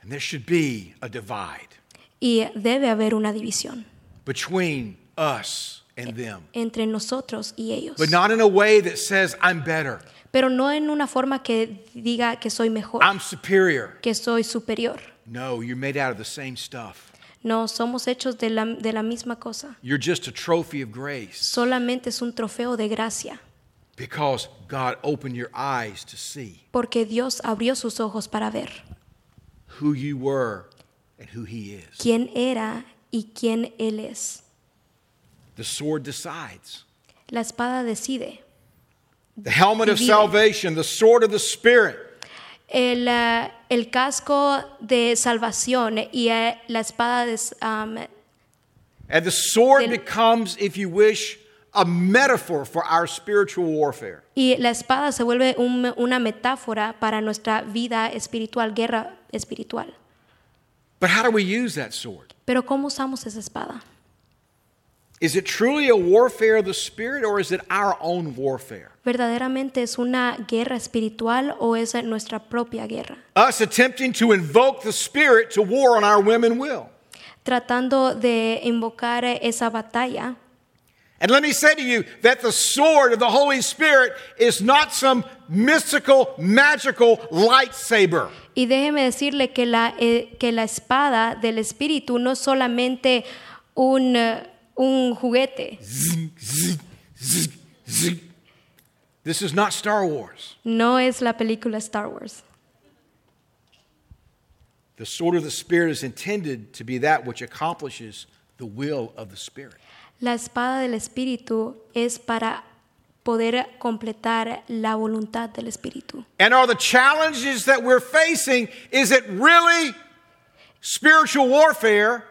B: And there should be a divide
C: Y eh, debe haber una división
B: between us and them,
C: entre nosotros y ellos,
B: but not in a way that says, I'm better,
C: pero no en una forma que diga que soy mejor,
B: I'm superior.
C: que soy superior.
B: No, you're made out of the same stuff.
C: No, somos hechos de la, de la misma cosa.
B: You're just a trophy of grace
C: Solamente es un trofeo de gracia,
B: because God opened your eyes to see
C: porque Dios abrió sus ojos para ver.
B: who you were and who He is.
C: quién era y quién él es.
B: The sword decides.
C: La espada decide.
B: The helmet of
C: Divide.
B: salvation, the sword of the Spirit,
C: El, eh, el casco de salvación y eh, la espada de, s- am,
B: And the sword
C: Del-
B: becomes, if you wish, a metaphor for our spiritual warfare.
C: y la espada se vuelve un- una metáfora para nuestra vida espiritual, guerra espiritual.
B: But how do we use that sword?
C: Pero ¿cómo usamos esa espada?
B: Is it truly a warfare of the Spirit or is it our own warfare?
C: ¿Verdaderamente es una guerra espiritual o es nuestra propia guerra?
B: Us attempting to invoke the Spirit to war on our women will.
C: Tratando de invocar esa batalla
B: And let me say to you that the sword of the Holy Spirit is not some mystical, magical lightsaber.
C: Y déjeme decirle que la, eh, que la espada del espíritu no es solamente un, eh, un juguete,
B: This is not Star Wars.
C: no es la película Star Wars.
B: The sword of the Spirit is intended to be that which accomplishes the will of the Spirit.
C: La espada del Espíritu es para poder completar la voluntad del Espíritu.
B: And are the challenges that we're facing, is it really spiritual warfare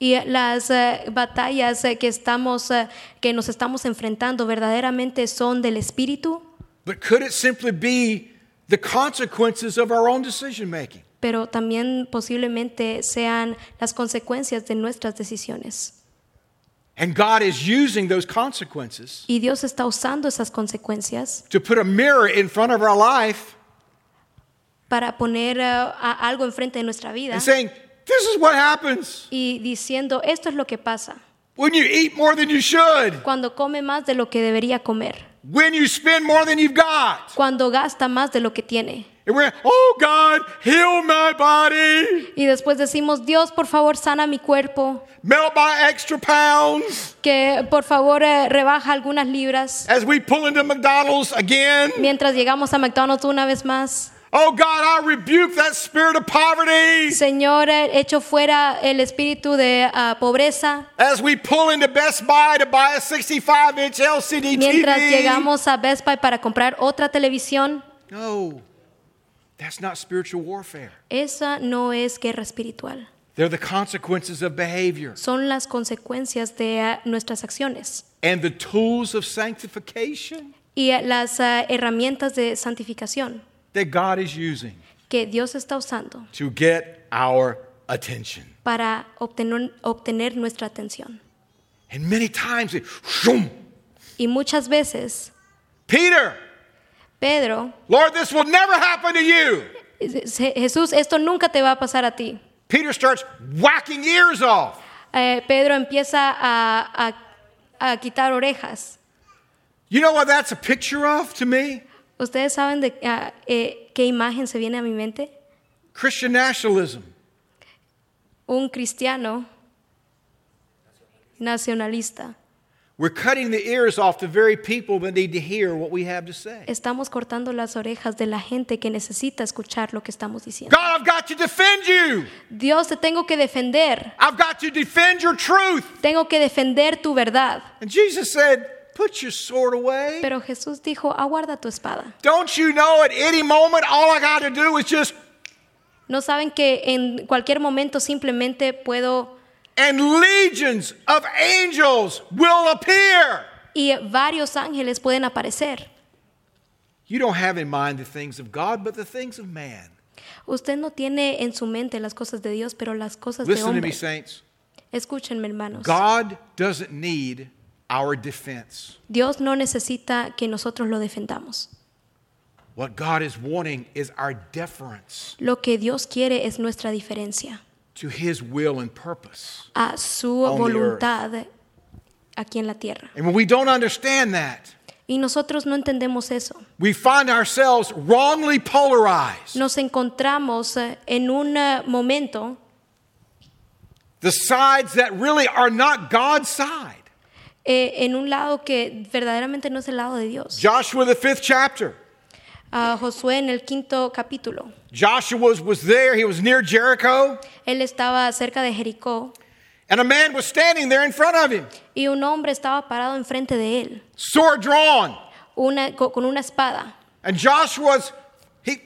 C: Y eh, las eh, batallas eh, que, estamos, eh, que nos estamos enfrentando verdaderamente son del Espíritu,
B: But could it simply be the consequences of our own decision making?
C: pero también posiblemente sean las consecuencias de nuestras decisiones.
B: And God is using those consequences
C: Y Dios está usando esas consecuencias
B: to put a mirror in front of our life
C: para poner eh, a- algo enfrente de nuestra vida
B: and saying, This is what happens
C: y diciendo, esto es lo que pasa
B: when you eat more than you should,
C: cuando come más de lo que debería comer,
B: when you spend more than you've got.
C: cuando gasta más de lo que tiene.
B: And we're, Oh God, heal my body,
C: Y después decimos, Dios, por favor, sana mi cuerpo,
B: melt my extra pounds
C: que por favor eh, rebaja algunas libras.
B: as we pull into McDonald's again.
C: Mientras llegamos a McDonald's una vez más,
B: Oh God, I rebuke that spirit of poverty
C: Señor, eh, echo fuera el espíritu de ah, pobreza.
B: as we pull into Best Buy to buy a 65 inch LCD
C: Mientras
B: TV.
C: llegamos a Best Buy para comprar otra televisión,
B: No, that's not spiritual warfare.
C: esa no es guerra espiritual.
B: They're the consequences of behavior.
C: Son las consecuencias de ah, nuestras acciones.
B: And the tools of sanctification
C: Y eh, las ah, herramientas de santificación
B: that God is using
C: que Dios está usando
B: to get our attention.
C: para obtener, obtener nuestra atención.
B: And many times it, shoom.
C: Y muchas veces,
B: Peter,
C: Pedro,
B: Lord, this will never happen to you.
C: eh, Je- Jesús, esto nunca te va a pasar a ti.
B: Peter starts whacking ears off.
C: Eh, Pedro empieza a, a- a quitar orejas.
B: You know what that's a picture of to me?
C: ¿Ustedes saben de ah, eh, qué imagen se viene a mi mente?
B: Christian nationalism.
C: Un cristiano nacionalista.
B: We're cutting the ears off the very people that need to hear what we have to say.
C: Estamos cortando las orejas de la gente que necesita escuchar lo que estamos diciendo.
B: God, I've got to defend you.
C: Dios, te tengo que defender.
B: I've got to defend your truth.
C: Tengo que defender tu verdad.
B: And Jesus said, Put your sword away.
C: Pero Jesús dijo, aguarda tu espada.
B: Don't you know at any moment all I got to do is just
C: No saben que en cualquier momento simplemente puedo...
B: and legions of angels will appear.
C: Y varios ángeles pueden aparecer.
B: You don't have in mind the things of God, but the things of man.
C: Usted no tiene en su mente las cosas de Dios, pero las cosas de
B: Listen to me,
C: hombre.
B: saints.
C: Escúchenme, hermanos.
B: God doesn't need our defense.
C: Dios no necesita que nosotros lo defendamos.
B: What God is wanting is our deference
C: Lo que Dios quiere es nuestra diferencia
B: to his will and purpose.
C: a su
B: On the
C: voluntad aquí en la tierra.
B: And when we don't understand that,
C: Y nosotros no entendemos eso.
B: we find ourselves wrongly polarized.
C: Nos encontramos eh, en un eh, momento
B: The sides that really are not God's side.
C: eh, en un lado que verdaderamente no es el lado de Dios.
B: Joshua, the fifth chapter.
C: Ah, Josué en el quinto capítulo,
B: Joshua was, was there, he was near Jericho,
C: él estaba cerca de Jericó
B: and a man was standing there in front of him,
C: y un hombre estaba parado enfrente de él,
B: sword drawn.
C: una- co- con una espada.
B: And Joshua's, he,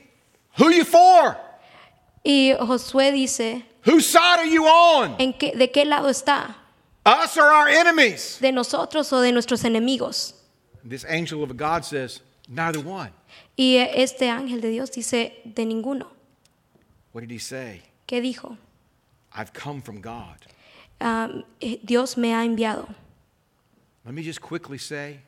B: who you for?
C: Y Josué dice,
B: Whose side are you on?
C: ¿en qué, ¿de qué lado está?
B: Us or our enemies?
C: ¿De nosotros o de nuestros enemigos?
B: This angel of God says, neither one.
C: Y eh, este ángel de Dios dice, de ninguno.
B: What did he say?
C: ¿Qué dijo?
B: I've come from God.
C: Ah, eh, Dios me ha enviado.
B: Let me just quickly say,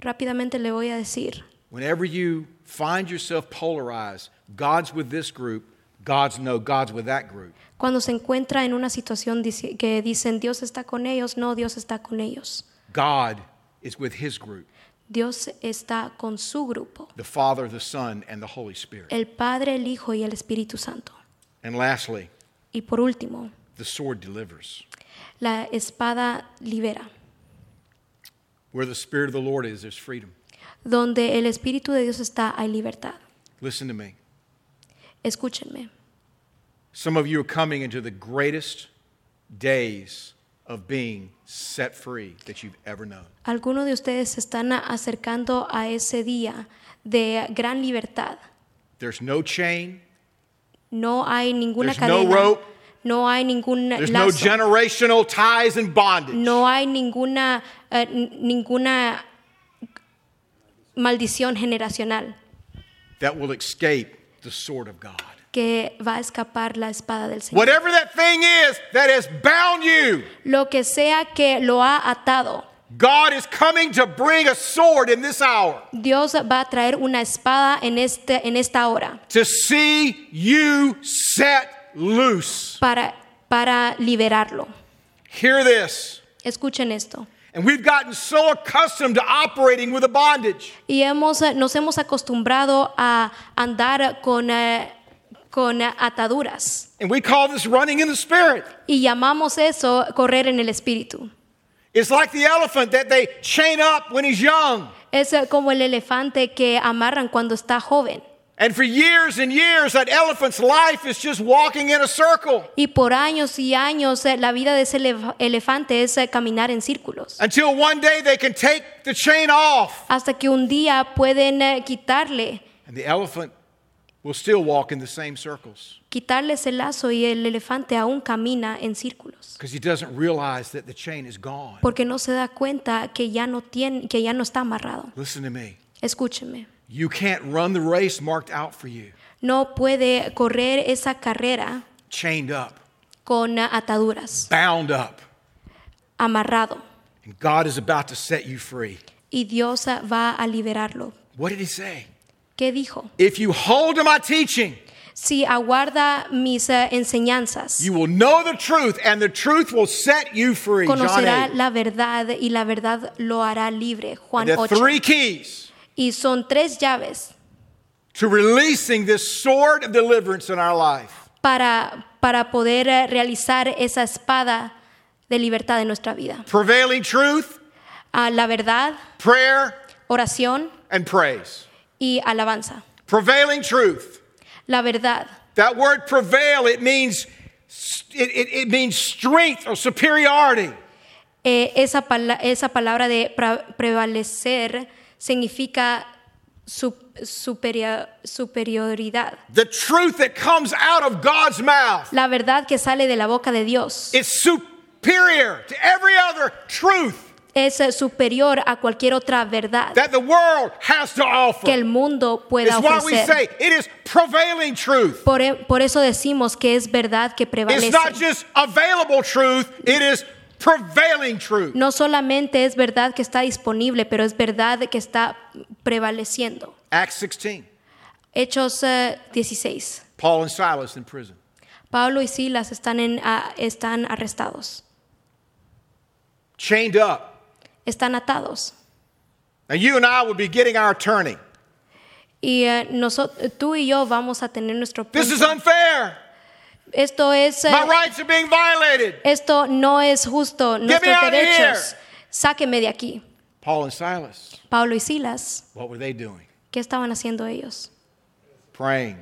C: Rápidamente le voy a decir,
B: Whenever you find yourself polarized, God's with this group, God's no, God's with that group.
C: cuando se encuentra en una situación dice- que dicen, Dios está con ellos, no, Dios está con ellos.
B: God is with his group,
C: Dios está con su grupo,
B: the Father, the Son, and the Holy Spirit.
C: el Padre, el Hijo y el Espíritu Santo.
B: And lastly,
C: Y por último,
B: the sword delivers.
C: la espada libera.
B: Where the Spirit of the Lord is, there's freedom.
C: Donde el Espíritu de Dios está, hay libertad.
B: Listen to me.
C: Escúchenme.
B: Some of you are coming into the greatest days of being set free that you've ever known.
C: Algunos de ustedes se están a- acercando a ese día de gran libertad.
B: There's no chain,
C: No hay ninguna
B: There's no
C: cadena.
B: rope.
C: no hay ningún
B: there's no
C: lazo.
B: generational ties and bondage.
C: no hay ninguna, eh, n- ninguna maldición generacional
B: that will escape the sword of God.
C: que va a escapar la espada del Señor.
B: Whatever that thing is that has bound you,
C: Lo que sea que lo ha atado,
B: God is coming to bring a sword in this hour
C: Dios va a traer una espada en, este, en esta hora
B: to see you set loose.
C: para, para liberarlo.
B: Hear this.
C: Escuchen esto.
B: And we've gotten so accustomed to operating with a bondage.
C: Y hemos, eh, nos hemos acostumbrado a andar con, eh, con eh, ataduras.
B: And we call this running in the spirit.
C: Y llamamos eso correr en el espíritu.
B: It's like the elephant that they chain up when he's young.
C: Es eh, como el elefante que amarran cuando está joven.
B: And for years and years, that elephant's life is just walking in a circle
C: Y por años y años eh, la vida de ese elef- elefante es eh, caminar en círculos.
B: until one day they can take the chain off.
C: Hasta que un día pueden eh, quitarle,
B: And the elephant will still walk in the same circles
C: quitarle ese lazo y el elefante aún camina en círculos.
B: because he doesn't realize that the chain is gone.
C: Porque no se da cuenta que ya no, tiene, que ya no está amarrado.
B: Listen to me.
C: Escúcheme.
B: You can't run the race marked out for you,
C: No puede correr esa carrera
B: chained up,
C: con eh, ataduras,
B: bound up.
C: amarrado.
B: And God is about to set you free.
C: Y Dios eh, va a liberarlo.
B: What did he say?
C: ¿Qué dijo?
B: If you hold to my teaching,
C: Si aguarda mis eh, enseñanzas,
B: you will know the truth, and the truth will set you free. John
C: conocerá
B: 8.
C: la verdad y la verdad lo hará libre. Juan
B: The
C: 8.
B: three keys
C: Y son tres llaves
B: to releasing this sword of deliverance in our life
C: para, para poder eh, realizar esa espada de libertad en nuestra vida.
B: prevailing truth,
C: A la verdad,
B: prayer,
C: oración
B: and praise.
C: y alabanza.
B: Prevailing truth.
C: La verdad.
B: That word prevail, it means it, it, it means strength or superiority.
C: Eh, esa, pala- esa palabra de pra- prevalecer significa sup- superia- superioridad.
B: The truth that comes out of God's mouth
C: La verdad que sale de la boca de Dios
B: is superior to every other truth
C: es eh, superior a cualquier otra verdad
B: that the world has to offer.
C: que el mundo pueda
B: It's why we say
C: ofrecer.
B: it is prevailing truth.
C: Por, e- por eso decimos que es verdad que
B: It's not
C: prevalece.
B: just available truth, it is prevailing truth.
C: No solamente es verdad que está disponible, pero es verdad que está prevaleciendo.
B: Acts 16,
C: Hechos eh, 16.
B: Paul and Silas in prison.
C: Pablo y Silas están, en, ah, están arrestados,
B: chained up.
C: están atados.
B: Now, you and I would be getting our attorney.
C: Y eh, noso- tú y yo vamos a tener nuestro
B: This is
C: punto.
B: unfair.
C: Esto es eh,
B: My rights are being violated.
C: esto no es justo, nuestros
B: out of here.
C: derechos. Sáqueme de aquí.
B: Paul and Silas,
C: Pablo y Silas,
B: what were they doing?
C: ¿qué estaban haciendo ellos?
B: Praying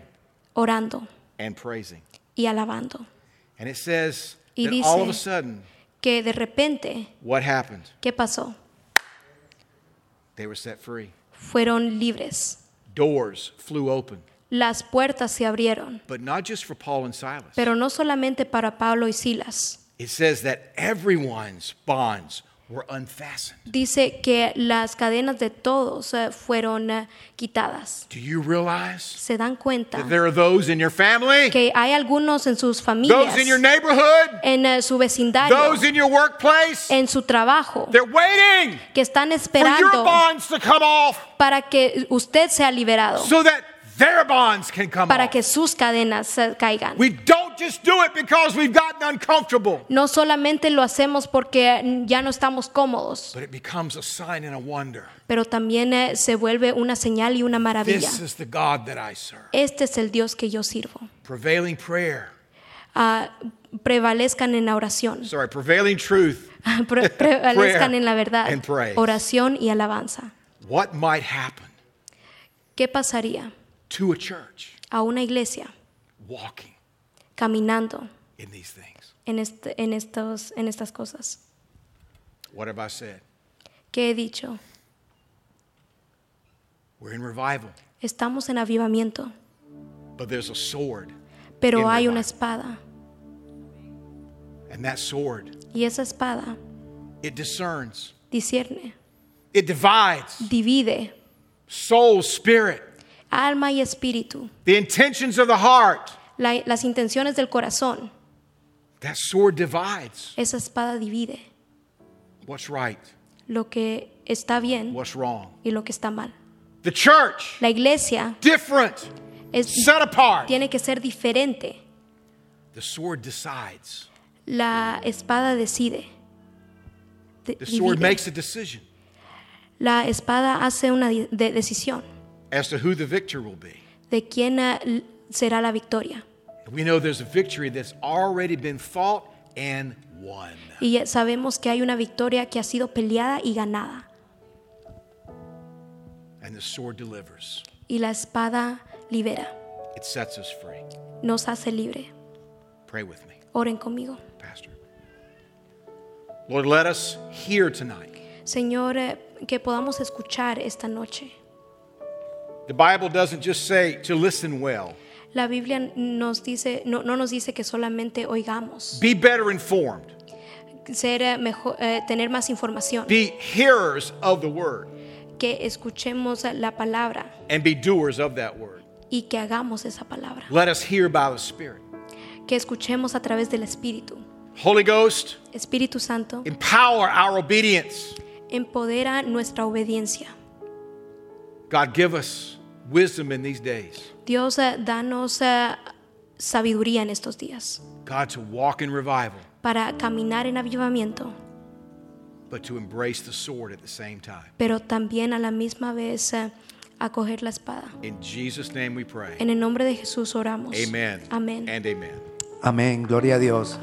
C: Orando
B: and praising.
C: y alabando.
B: And it says
C: Y
B: that all
C: dice-
B: of a sudden,
C: Que de repente,
B: what happened?
C: ¿qué pasó?
B: They were set free.
C: Fueron libres.
B: Doors flew open,
C: Las puertas se abrieron,
B: but not just for Paul and Silas.
C: pero no solamente para Pablo y Silas.
B: It says that everyone's bonds were unfastened.
C: Dice que las cadenas de todos eh, fueron eh, quitadas.
B: Do you realize
C: Se dan cuenta
B: that there are those in your family,
C: que hay algunos en sus familias,
B: those in your neighborhood,
C: en eh, su vecindario,
B: those in your workplace?
C: en su trabajo,
B: They're waiting
C: que están
B: for your
C: esperando
B: bonds to come off
C: para que usted sea liberado,
B: so that their bonds can come
C: para
B: off.
C: que sus cadenas eh, caigan.
B: We don't just do it because we've gotten uncomfortable,
C: No solamente lo hacemos porque ya no estamos cómodos,
B: but it becomes a sign and a wonder.
C: pero también eh, se vuelve una señal y una maravilla.
B: This is the God that I serve.
C: Este es el Dios que yo sirvo.
B: Prevailing prayer,
C: Ah, prevalezcan en la oración,
B: sorry, prevailing truth.
C: Pre- prevalezcan
B: Prayer
C: en la verdad,
B: and praise.
C: oración y alabanza.
B: What might happen
C: ¿Qué pasaría
B: to a church
C: a una iglesia
B: walking
C: caminando
B: in these things.
C: en, este- en estos, en estas cosas.
B: What have I said?
C: ¿Qué he dicho?
B: We're in revival,
C: Estamos en avivamiento,
B: but there's a sword, En
C: pero hay
B: revival.
C: una espada
B: and that sword,
C: y esa espada
B: it discerns,
C: discierne,
B: it divides
C: divide
B: soul, spirit,
C: alma y espíritu,
B: the intentions of the heart.
C: la- las intenciones del corazón.
B: That sword divides
C: Esa espada divide
B: what's right,
C: lo que está bien
B: what's wrong.
C: y lo que está mal.
B: The church,
C: La iglesia
B: different,
C: es-
B: set apart.
C: tiene que ser diferente.
B: The sword decides,
C: La espada decide. De-
B: the sword
C: divide.
B: makes a decision
C: La espada hace una di- de- decisión
B: as to who the victor will be.
C: de quién eh, l- será la victoria.
B: We know there's a victory that's already been fought and won.
C: Y ya sabemos que hay una victoria que ha sido peleada y ganada.
B: And the sword delivers,
C: Y la espada libera,
B: it sets us free.
C: nos hace libre.
B: Pray with me,
C: Oren conmigo.
B: Pastor. Lord, let us hear tonight.
C: Señor, eh, que podamos escuchar esta noche.
B: The Bible doesn't just say to listen well,
C: La Biblia nos dice, no, no nos dice que solamente oigamos,
B: be better informed,
C: ser eh, mejor, eh, tener más información,
B: be hearers of the word,
C: que escuchemos la palabra
B: and be doers of that word.
C: y que hagamos esa palabra,
B: Let us hear by the Spirit.
C: que escuchemos a través del Espíritu.
B: Holy Ghost,
C: Espíritu Santo,
B: empower our obedience.
C: empodera nuestra obediencia.
B: God, give us wisdom in these days.
C: Dios, eh, danos eh, sabiduría en estos días
B: God, to walk in revival,
C: para caminar en avivamiento,
B: but to embrace the sword at the same time.
C: pero también a la misma vez eh, acoger la espada.
B: In Jesus' name we pray.
C: En el nombre de Jesús oramos.
B: Amen.
C: Amén.
B: And amen.
A: Amén, gloria a Dios.